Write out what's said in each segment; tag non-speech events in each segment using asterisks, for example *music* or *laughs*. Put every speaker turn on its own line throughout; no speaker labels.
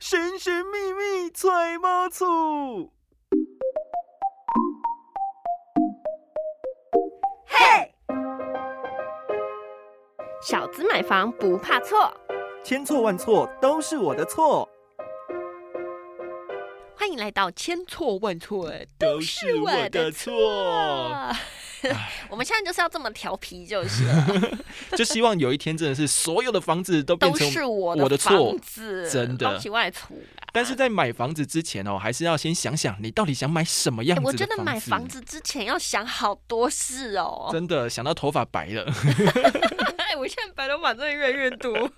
神神秘秘揣猫醋。
小资买房不怕错，
千错万错都是我的错，
欢迎来到千错万错
都
是我的
错。
啊！我们现在就是要这么调皮，就是了 *laughs*
就希望有一天真的是所有的房子都变
都
成。
是啊我
我的错
房子
真的
房起外出啦。
但是在买房子之前哦，还是要先想想你到底想买什么样
哎
子的
我
房子。
觉得买房子之前要想好多事哦。
真的想到头发白了， *laughs*
哎，我现在白头发真的越来越 *laughs* 多。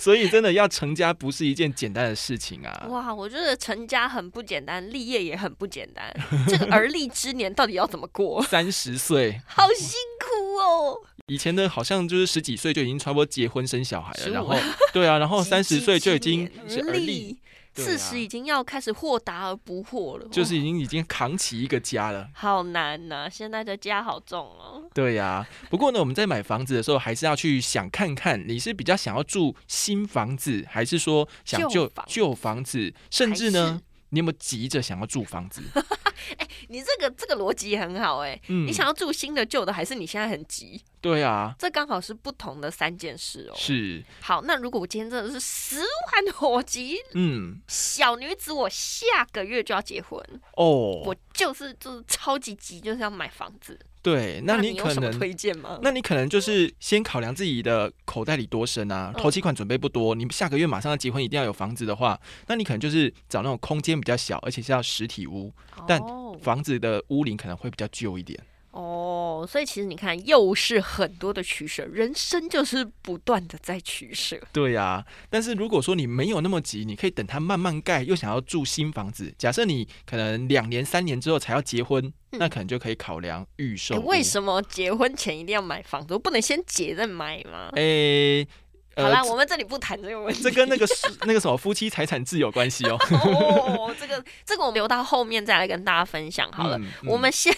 所以真的要成家不是一件简单的事情啊。
哇，我觉得成家很不简单，立业也很不简单。这个而立之年到底要怎么 *laughs* 过？
三十岁
好辛苦哦。
以前的，好像就是十几岁就已经差不多结婚生小孩了，
15
然后对啊，然后
及
三十岁就已
*laughs*
经
及
是
年
而
而
立，
立，
对
四
啊
十已经要开始豁达而不惑了，
就是
哦
已经已经扛起一个家了。
好难呐、现在的家好重哦。
对呀、不过呢，我们在买房子的时候，还是要去想看看，你是比较想要住新房子，还是说想旧
旧房子
旧房子，甚至呢，你有没有急着想要住房子？
你这个这个逻辑很好哎、
嗯
*laughs* 你想要住新的旧的，还是你现在很急？
对啊，
这刚好是不同的三件事哦。
是，
好，那如果我今天真的是十万火急
嗯，
小女子，我下个月就要结婚，
哦
我，就是就是超级急，就是要买房子。
对，那
你
你
有
可
什么
能。
推荐吗？
那你可能就是先考量自己的口袋里多深啊，
嗯
头期款准备不多，你下个月马上要结婚，一定要有房子的话，那你可能就是找那种空间比较小，而且是要实体屋，但
哦
房子的屋龄可能会比较旧一点。
哦，所以其实你看，又是很多的取舍，人生就是不断的在取舍。
对呀、但是如果说你没有那么急，你可以等它慢慢盖，又想要住新房子。假设你可能两年、三年之后才要结婚，
嗯
那可能就可以考量预售
诶
屋。
为什么结婚前一定要买房子？我不能先结再买吗？
诶、
好啦，
呃，
我们这里不谈这个问题。
这跟那个是那个什么夫妻财产制有关系哦。
哦，这个这个我们留到后面再来跟大家分享好了。
嗯
我们先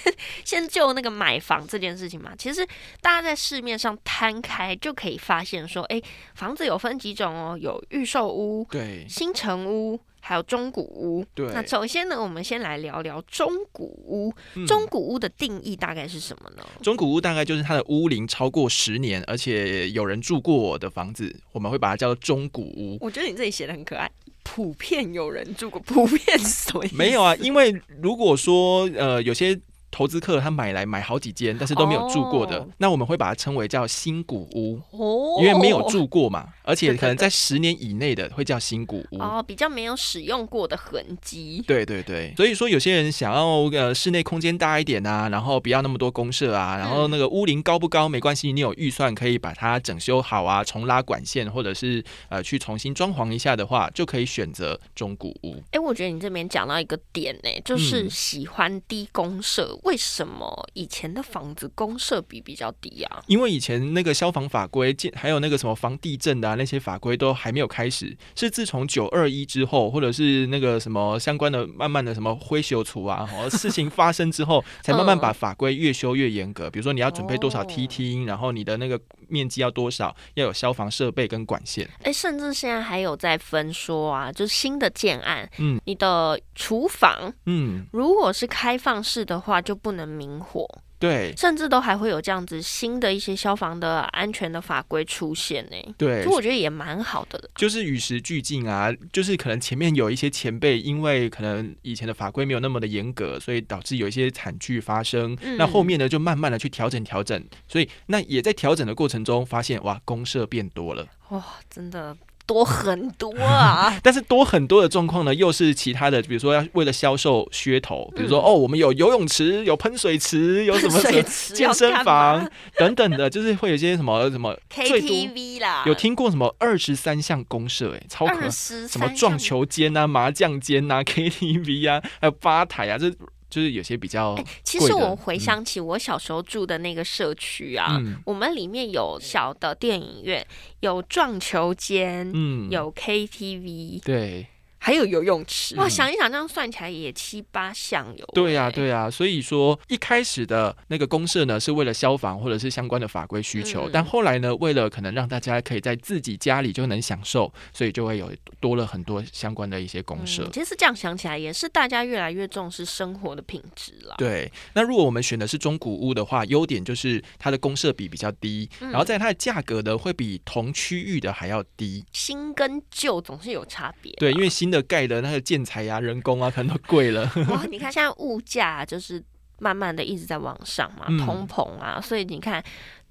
先就那个买房这件事情嘛，其实大家在市面上摊开就可以发现说，诶，房子有分几种哦，有预售屋、
对
新城屋，还有中古屋。
对
那首先呢，我们先来聊聊中古屋。
嗯
中古屋的定义大概是什么呢？
中古屋大概就是它的屋龄超过十年，而且有人住过的房子，我们会把它叫做中古屋。
我觉得你这里写的很可爱。普遍有人住过， *laughs* 普遍是什么意思？
没有啊，因为如果说呃有些。投资客他买来买好几间，但是都没有住过的，
哦
那我们会把它称为叫新古屋，
哦，
因为没有住过嘛，而且
对对
可能在十年以内的会叫新古屋。
哦，比较没有使用过的痕迹。
对对对，所以说有些人想要呃室内空间大一点啊，然后不要那么多公设啊，然后那个屋龄高不高没关系，你有预算可以把它整修好啊，重拉管线或者是呃去重新装潢一下的话，就可以选择中古屋。
哎、我觉得你这边讲到一个点呢、就是
嗯
喜欢低公社。为什么以前的房子公社比比较低啊？
因为以前那个消防法规、建还有那个什么防地震的、啊、那些法规都还没有开始，是自从九二一之后，或者是那个什么相关的慢慢的什么灰修除啊，哦事情发生之后，才慢慢把法规越修越严格。比如说你要准备多少
哦
梯厅，然后你的那个面积要多少，要有消防设备跟管线。
哎、甚至现在还有在分说啊，就是新的建案，
嗯
你的厨房
嗯，
如果是开放式的话，就不能明火，
对
甚至都还会有这样子新的一些消防的安全的法规出现呢、
对
所以。我觉得也蛮好的啦。
就是与时俱进啊，就是可能前面有一些前辈，因为可能以前的法规没有那么的严格，所以导致有一些惨剧发生。
嗯
那后面呢，就慢慢的去调整调整，所以那也在调整的过程中，发现哇，公社变多了。
哇、真的多很多啊！
但是多很多的状况呢，又是其他的，比如说要为了销售噱头，比如说、哦，我们有游泳池、有喷水池、 *laughs* 有什
*laughs*
么什
嗯水
么
池要
健身
干嘛
房等等的，就是会有一些什么什么 *laughs* 最多
KTV 啦，
有听过什么二十三项公社、欸，哎，超可
二
爱。
十
什么撞球间啊、麻将间啊、KTV *laughs* 啊，还有吧台啊，这就是有些比较
哎、其
贵
实
的
我回想起我小时候住的那个社区啊，
嗯
我们里面有小的电影院，有撞球间，
嗯
有 KTV，
对
还还有游泳池。哇，
嗯
想一想，这样算起来也七八项有。
对呀、
哎
对呀、所以说一开始的那个公社呢，是为了消防或者是相关的法规需求，
嗯
但后来呢，为了可能让大家可以在自己家里就能享受，所以就会有多了很多相关的一些公社。
嗯其实这样想起来，也是大家越来越重视生活的品质了。
对，那如果我们选的是中古屋的话，优点就是它的公设比比较低，
嗯
然后在它的价格呢会比同区域的还要低。
新跟旧总是有差别。啊
对，因为新的盖的那个建材呀、人工啊，可能都贵
*laughs*
了。
哇，你看现在物价就是慢慢的一直在往上嘛，
嗯
通膨啊，所以你看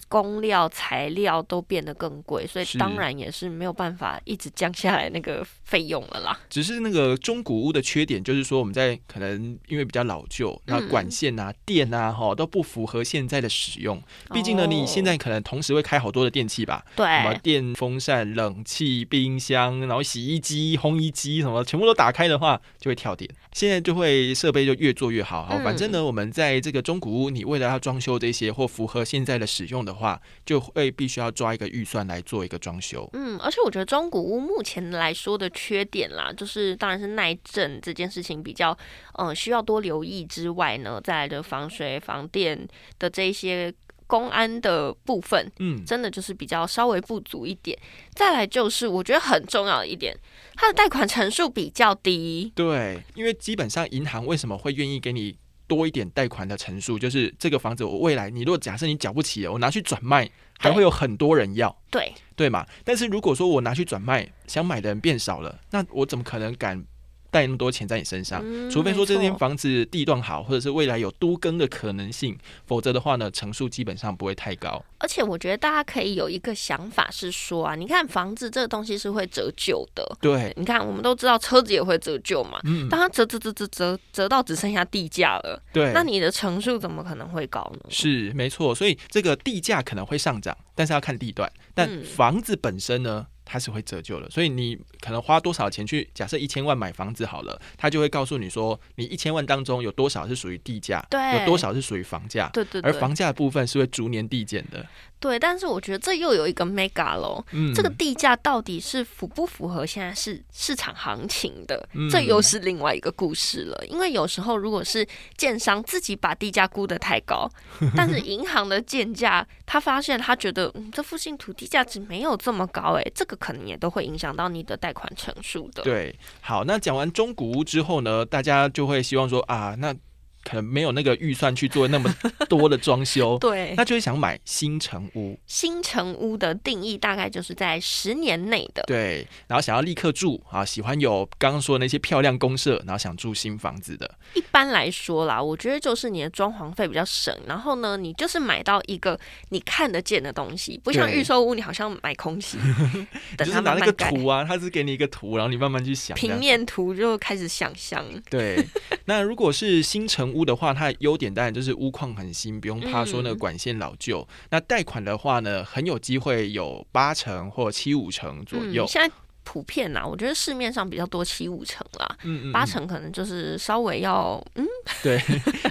工料材料都变得更贵，所以
是
当然也是没有办法一直降下来那个费用了啦。
只是那个中古屋的缺点就是说，我们在可能因为比较老旧，那管线啊、电啊，哈都不符合现在的使用。毕竟呢，
哦哎
你现在可能同时会开好多的电器吧，什么
对，
电风扇、冷气、冰箱，然后洗衣机、烘衣机什么，全部都打开的话就会跳电。现在就会设备就越做越好。好，
嗯
反正呢，我们在这个中古屋，你为了要装修这些或符合现在的使用的话，就会必须要抓一个预算来做一个装修。
嗯，而且我觉得中古屋目前来说的缺点啦，就是当然是耐震这件事情比较，嗯、需要多留意之外呢，再来的防水、防电的这一些公安的部分，
嗯，
真的就是比较稍微不足一点。再来就是我觉得很重要的一点，它的贷款成数比较低。
对，因为基本上银行为什么会愿意给你多一点贷款的成数，就是这个房子我未来你如果假设你缴不起了，我拿去转卖，还会有很多人要。
对，
对嘛？但是如果说我拿去转卖，想买的人变少了，那我怎么可能敢带那么多钱在你身上？
嗯
啊除非说
没错
这间房子地段好，或者是未来有都更的可能性，否则的话呢，成数基本上不会太高。
而且我觉得大家可以有一个想法是说啊，你看房子这个东西是会折旧的。
对，
你看，我们都知道车子也会折旧嘛。
嗯，
当它折折折折折折到只剩下地价了，
对，
那你的乘数怎么可能会高呢？
是没错。所以这个地价可能会上涨，但是要看地段。但
嗯
房子本身呢？它是会折旧的，所以你可能花多少钱去假设一千万买房子好了，它就会告诉你说，你一千万当中有多少是属于地价，
对
有多少是属于房价，
对对
而
对，
房价的部分是会逐年递减的。
对，但是我觉得这又有一个 mega 咯，
嗯，
这个地价到底是符不符合现在市市场行情的，
嗯
这又是另外一个故事了。因为有时候如果是建商自己把地价估得太
*laughs*
高，但是银行的建价，他发现他觉得、嗯、这附近土地价值没有这么高、诶，这个可能也都会影响到你的贷款成数的。
对，好，那讲完中古屋之后呢，大家就会希望说啊，那可能没有那个预算去做那么多的装修，
*laughs* 对，
那就会想买新城屋，
新城屋的定义大概就是在十年内的。
对，然后想要立刻住啊，喜欢有刚刚说的那些漂亮公社，然后想住新房子的，
一般来说啦，我觉得就是你的装潢费比较省，然后呢，你就是买到一个你看得见的东西，不像
对
预售屋，你好像买
*laughs*
空气，
你
等
就
它
是拿
慢
那个
慢改。
图啊，它是给你一个图，然后你慢慢去想这样子。
平面图就开始想象，
对，那如果是新城屋的话，它的优点当然就是屋况很新，不用怕说那个管线老旧。那贷款的话呢，很有机会有八成或七五成左右
嗯，。现在普遍啊啦，我觉得市面上比较多七五成啦，
嗯嗯，
八
嗯
成可能就是稍微要，嗯，
*laughs* 对，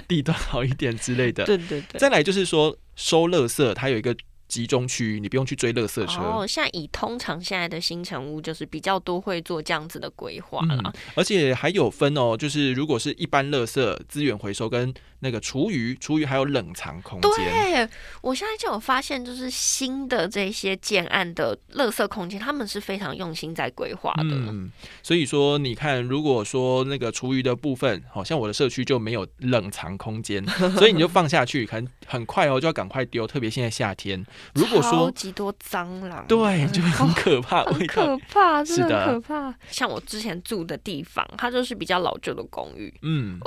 地段好一点之类的。
对对对。
再来就是说收垃圾，它有一个集中区，你不用去追垃圾车。
哦，现在以通常现在的新城屋就是比较多会做这样子的规划啦
嗯，，而且还有分哦，就是如果是一般垃圾资源回收跟那个厨余，厨余还有冷藏空间。
对，我现在就有发现，就是新的这些建案的垃圾空间，他们是非常用心在规划的。
嗯，所以说你看，如果说那个厨余的部分，好像我的社区就没有冷藏空
*laughs*
间，所以你就放下去，可能很快哦就要赶快丢，特别现在夏
*laughs*
天，如果
超
说
级多蟑螂，
对，就会很可怕，*laughs*
很
味道。
可怕，
是
真的
的
很可怕。像我之前住的地方，它就是比较老旧的公寓，
嗯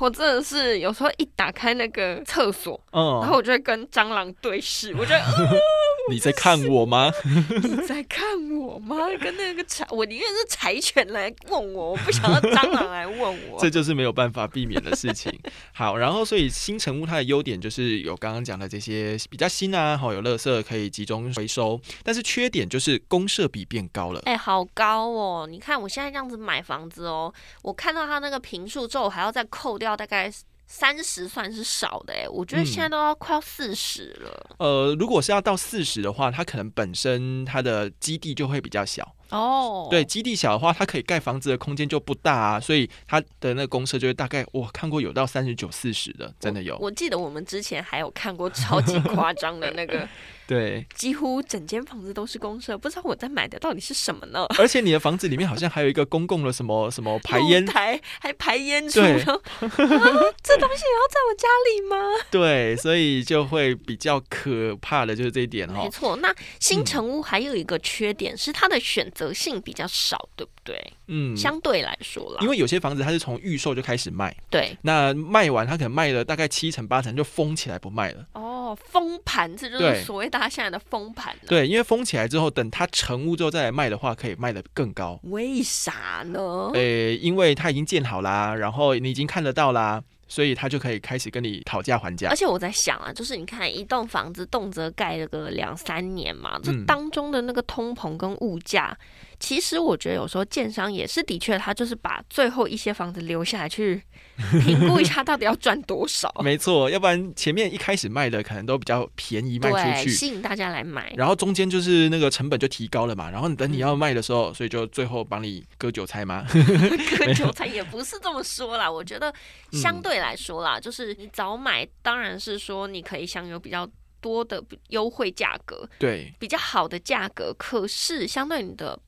我真的是有时候一打开那个厕所，然
嗯，
后我就会跟蟑螂对视，我觉
*laughs*
得、呃、
你在看我吗？
你在看我吗？跟那个柴，我宁愿是柴犬来问我，我不想要蟑螂来问我
*laughs* 这。就是没有办法避免的事情。好，然后所以新城屋它的优点就是有刚刚讲的这些比较新啊，好有垃圾可以集中回收，但是缺点就是公设比变高了。
哎、好高哦！你看我现在这样子买房子哦，我看到它那个平数之后，我还要再扣掉大概三十，算是少的哎。我觉得
嗯
现在都要快要四十了、
呃，如果是要到四十的话，它可能本身它的基地就会比较小，
哦，
对，，基地小的话，它可以盖房子的空间就不大啊，所以它的那个公社就会大概我看过有到三十九、四十的，真的有。
我记得我们之前还有看过超级夸张的那个，
对，
几乎整间房子都是公社，不知道我在买的到底是什么呢？
而且你的房子里面好像还有一个公共的什么什么排烟
露，台还排烟出，
对
然后啊，这东西也要在我家里吗？
对，所以就会比较可怕的就是这一点
没
*laughs* 哦。
错，那新城屋还有一个缺点是它的选择性比较少，对不对？
嗯，
相对来说啦
因，为有些房子它是从预售就开始卖，
对
那卖完它可能卖了大概七成八成就封起来不卖了。
哦，封盘这就
对
是所谓大家现在的封盘、啊。
对，因为封起来之后，等它成屋之后再来卖的话，可以卖得更高。
为啥呢？
诶，因为它已经建好啦，然后你已经看得到啦，所以它就可以开始跟你讨价还价
而。且我在想啊，就是你看一栋房子动辄盖了个两三年嘛，这
嗯
当中的那个通膨跟物价，其实我觉得有时候建商也是的确，他就是把最后一些房子留下来去评估
*laughs*
一下到底要赚多少，
没错，要不然前面一开始卖的可能都比较便宜卖出
对，
去，
吸引大家来买。
然后中间就是那个成本就提高了嘛，然后等
嗯
你要卖的时候，所以就最后帮你割韭菜嘛。 *laughs*
割韭菜也不是这么说啦，我觉得相
嗯
对来说啦，就是你早买，当然是说你可以享有比较多的优惠价格，
对，
比较好的价格，可是相对你的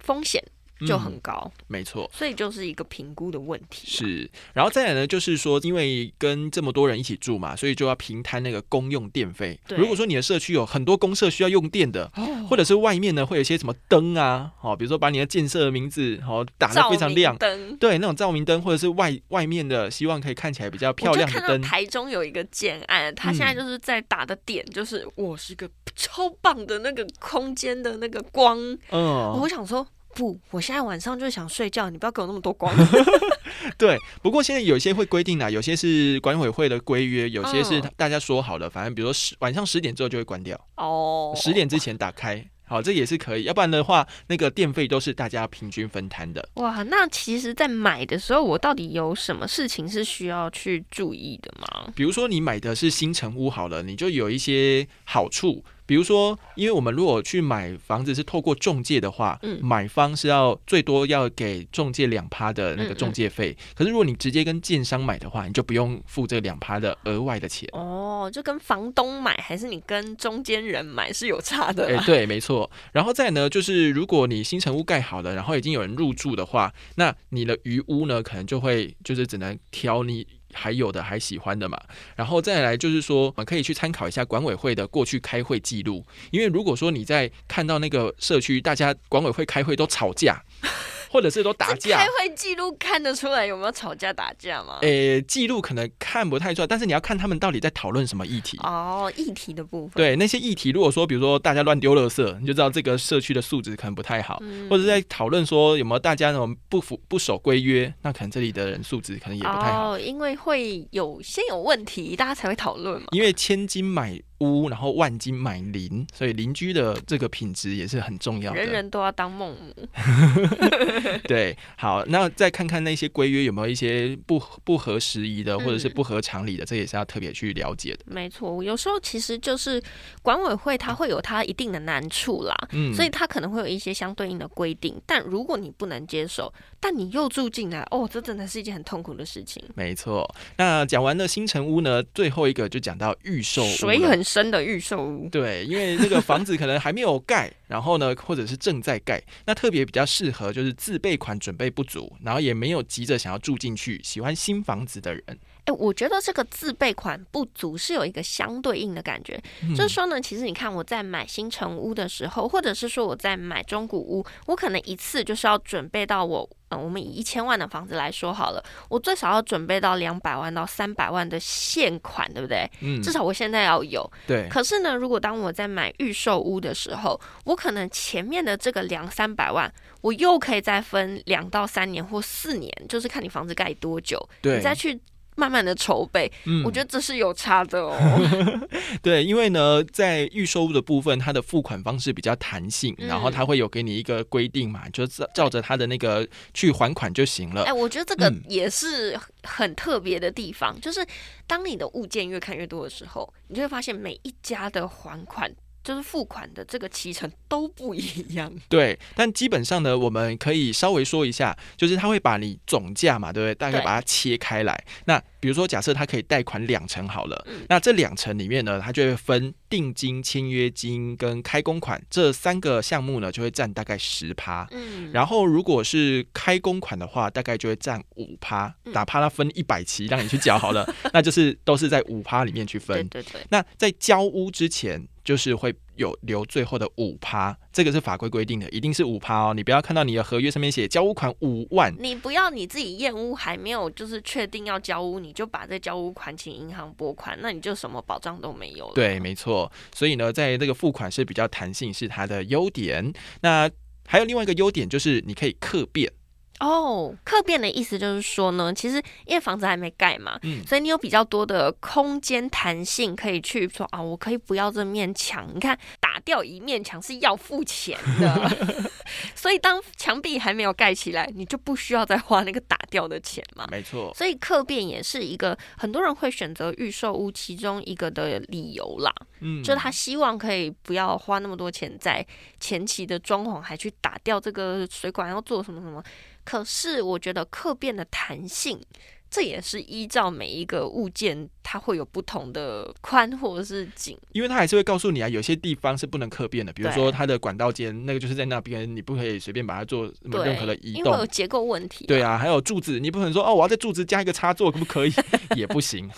风险就很
嗯
高，
没错。
所以就是一个评估的问题。，
是，然后再来呢，就是说，因为跟这么多人一起住嘛，所以就要平摊那个公用电费。
对
如果说你的社区有很多公社需要用电的，
哦
或者是外面呢会有一些什么灯啊，哦，比如说把你的建设的名字哦打得
照
非常
明
亮，
灯。
对，那种照明灯或者是外外面的，希望可以看起来比较漂
我就
亮的
看到
灯。
台中有一个建案，啊他现在就是在打的点，就是我是个超棒的那个空间的那个光。
嗯，
我想说，不，我现在晚上就想睡觉，你不要给我那么
*laughs*
多光。
对。不过现在有些会规定啦，有些是管委会的规约，有些是
嗯
大家说好的，反正比如说十晚上十点之后就会关掉，
哦，
十、点之前打开。好，这也是可以，要不然的话，那个电费都是大家平均分摊的。
哇，那其实，在买的时候，我到底有什么事情是需要去注意的吗？
比如说你买的是新城屋好了，你就有一些好处，比如说，因为我们如果去买房子是透过中介的话，
嗯
买方是要最多要给中介两趴的那个中介费，可是如果你直接跟建商买的话，你就不用付这两趴的额外的钱。
哦，就跟房东买还是你跟中间人买是有差的 *laughs*
哎、
啦。
对，没错。然后再呢，就是如果你新城屋盖好了，然后已经有人入住的话，那你的余屋呢，可能就会就是只能挑你还有的还喜欢的嘛。然后再来就是说，我们可以去参考一下管委会的过去开会记录，因为如果说你在看到那个社区大家管委会开会都吵架，或者是都打
这开
架。
会记录看得出来有没有吵架打架吗？
诶，记录可能看不太出来，但是你要看他们到底在讨论什么议题。
哦，议题的部分。
对那些议题，如果说比如说大家乱丢垃圾，你就知道这个社区的素质可能不太好，
嗯
或者在讨论说有没有大家那种不服不守规约，那可能这里的人素质可能也不太好。
哦，因为会有先有问题，大家才会讨论嘛。
因为千金买屋，然后万金买邻，所以邻居的这个品质也是很重要的。
人人都要当孟母，
对，好，那再看看那些规约有没有一些不合不合时宜的，或者是
嗯
不合常理的，这也是要特别去了解的。
没错。有时候其实就是管委会，它会有它一定的难处啦，
嗯，
所以它可能会有一些相对应的规定。但如果你不能接受，但你又住进来，哦，这真的是一件很痛苦的事情，
没错。那讲完了新城屋呢，最后一个就讲到预售屋了
水很深的预售屋。
对，因为这个房子可能还没有盖，然后呢，或者是正在盖，那特别比较适合就是自备款准备不足，然后也没有急着想要住进去，喜欢新房子的人，
哎，我觉得这个自备款不足是有一个相对应的感觉，
嗯
就是说呢，其实你看我在买新城屋的时候，或者是说我在买中古屋，我可能一次就是要准备到我，呃，我们以一千万的房子来说好了，我最少要准备到两百万到三百万的现款，对不对？
嗯
至，少我现在要有。
对，
可是呢，如果当我在买预售屋的时候，我可能前面的这个两三百万，我又可以再分两到三年或四年，就是看你房子盖多久，
对
你再去。慢慢的筹备，
嗯
我觉得这是有差的哦。 *laughs*
对，因为呢，在预售物的部分，它的付款方式比较弹性，
嗯
然后它会有给你一个规定嘛，就照照着它的那个去还款就行了。
哎，我觉得这个
嗯
也是很特别的地方，就是当你的物件越看越多的时候，你就会发现每一家的还款就是付款的这个期程都不一样。
对，但基本上呢，我们可以稍微说一下，就是他会把你总价嘛，对不对？大概
对
把它切开来。那比如说，假设他可以贷款两成好了，
嗯
那这两成里面呢，它就会分定金、签约金跟开工款这三个项目呢，就会占大概十趴。
嗯，
然后，如果是开工款的话，大概就会占五趴，
嗯
哪怕它分一百期让你去缴好
*laughs*
了，那就是都是在五趴里面去
对
分。
对对，
那在交屋之前，就是会有留最后的五趴，这个是法规规定的，一定是五趴哦。你不要看到你的合约上面写交屋款五万，
你不要你自己验屋还没有就是确定要交屋，你就把这交屋款请银行拨款，那你就什么保障都没有了。
对，没错。所以呢，在这个付款是比较弹性，是它的优点。那还有另外一个优点就是你可以客变，
哦，客变的意思就是说呢，其实因为房子还没盖嘛，
嗯，
所以你有比较多的空间弹性，可以去说啊，我可以不要这面墙。你看，打掉一面墙是要付钱的，
*laughs*
所以当墙壁还没有盖起来，你就不需要再花那个打掉的钱嘛。
没错，
所以客变也是一个很多人会选择预售屋其中一个的理由啦，
嗯，
就是他希望可以不要花那么多钱在前期的装潢，还去打掉这个水管要做什么什么。可是我觉得客变的弹性，这也是依照每一个物件它会有不同的宽或者是紧。
因为他还是会告诉你啊，有些地方是不能客变的，比如
对
说它的管道间那个就是在那边，你不可以随便把它做什么
对，
任何的移
因为
动
有。结构问题，
对啊，还有柱子，你不可能说哦，我要在柱子加一个插座，可不可以？ *laughs* 也不行。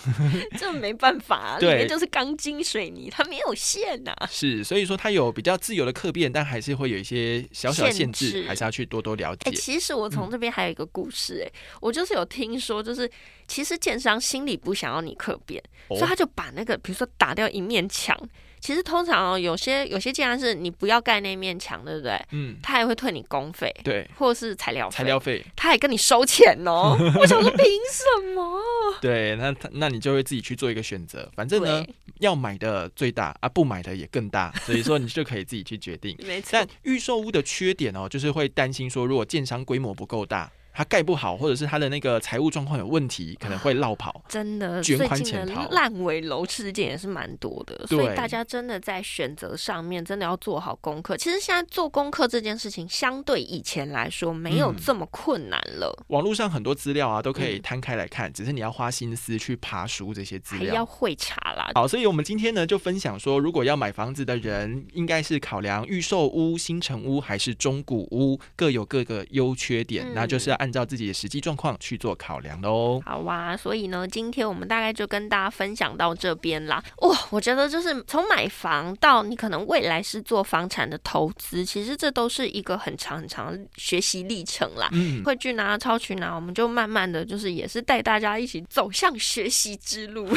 这没办法、
*laughs*
啊，里
对
面就是钢筋水泥，它没有线呐、
是，所以说它有比较自由的客变，但还是会有一些小小的限制，
限制
还是要去多多了解。
哎、其实我
嗯
从这边还有一个故事、哎、我就是有听说，就是其实建商心里不想要你客变，
哦
所以他就把那个，比如说打掉一面墙。其实通常、哦、有些有些建案是你不要盖那面墙，对不对？
嗯，
他还会退你工费
对，
或是材料费
材料费，
他还跟你收钱
*laughs*
哦。我想说，凭什么？
对，那它那你就会自己去做一个选择。反正呢，
哦对，。
要买的最大啊，不买的也更大，所以说你就可以自己去决定
没错
但。预售屋的缺点哦，就是会担心说，如果建商规模不够大，它盖不好，或者是它的那个财务状况有问题，可能会落跑。
真的，
卷
最
款
近的
潜逃
烂尾楼事件也是蛮多的，所以
对
大家真的在选择上面真的要做好功课。其实现在做功课这件事情，相对以前来说没有
嗯
这么困难了，
网络上很多资料啊，都可以
嗯
摊开来看，只是你要花心思去爬书这些资
还
料。
要会查啦。
好，所以我们今天呢就分享说，如果要买房子的人，应该是考量预售屋、新城屋还是中古屋，各有各个优缺点，
嗯
那就是要按照自己的实际状况去做考量哦喽。
好哇、所以呢，今天我们大概就跟大家分享到这边啦。哇，我觉得就是从买房到你可能未来是做房产的投资，其实这都是一个很长很长的学习历程啦。啊
嗯，
会去拿超群拿，我们就慢慢的就是也是带大家一起走向学习之路。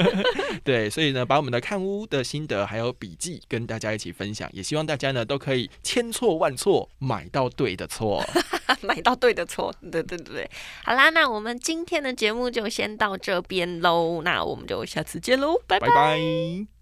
*laughs*
对，所以呢，把我们的看屋的心得还有笔记跟大家一起分享，也希望大家呢都可以千错万错买到对的错。
买到对的错，对对对对。好啦，那我们今天的节目就先到这边喽，那我们就下次见喽，拜拜
拜拜。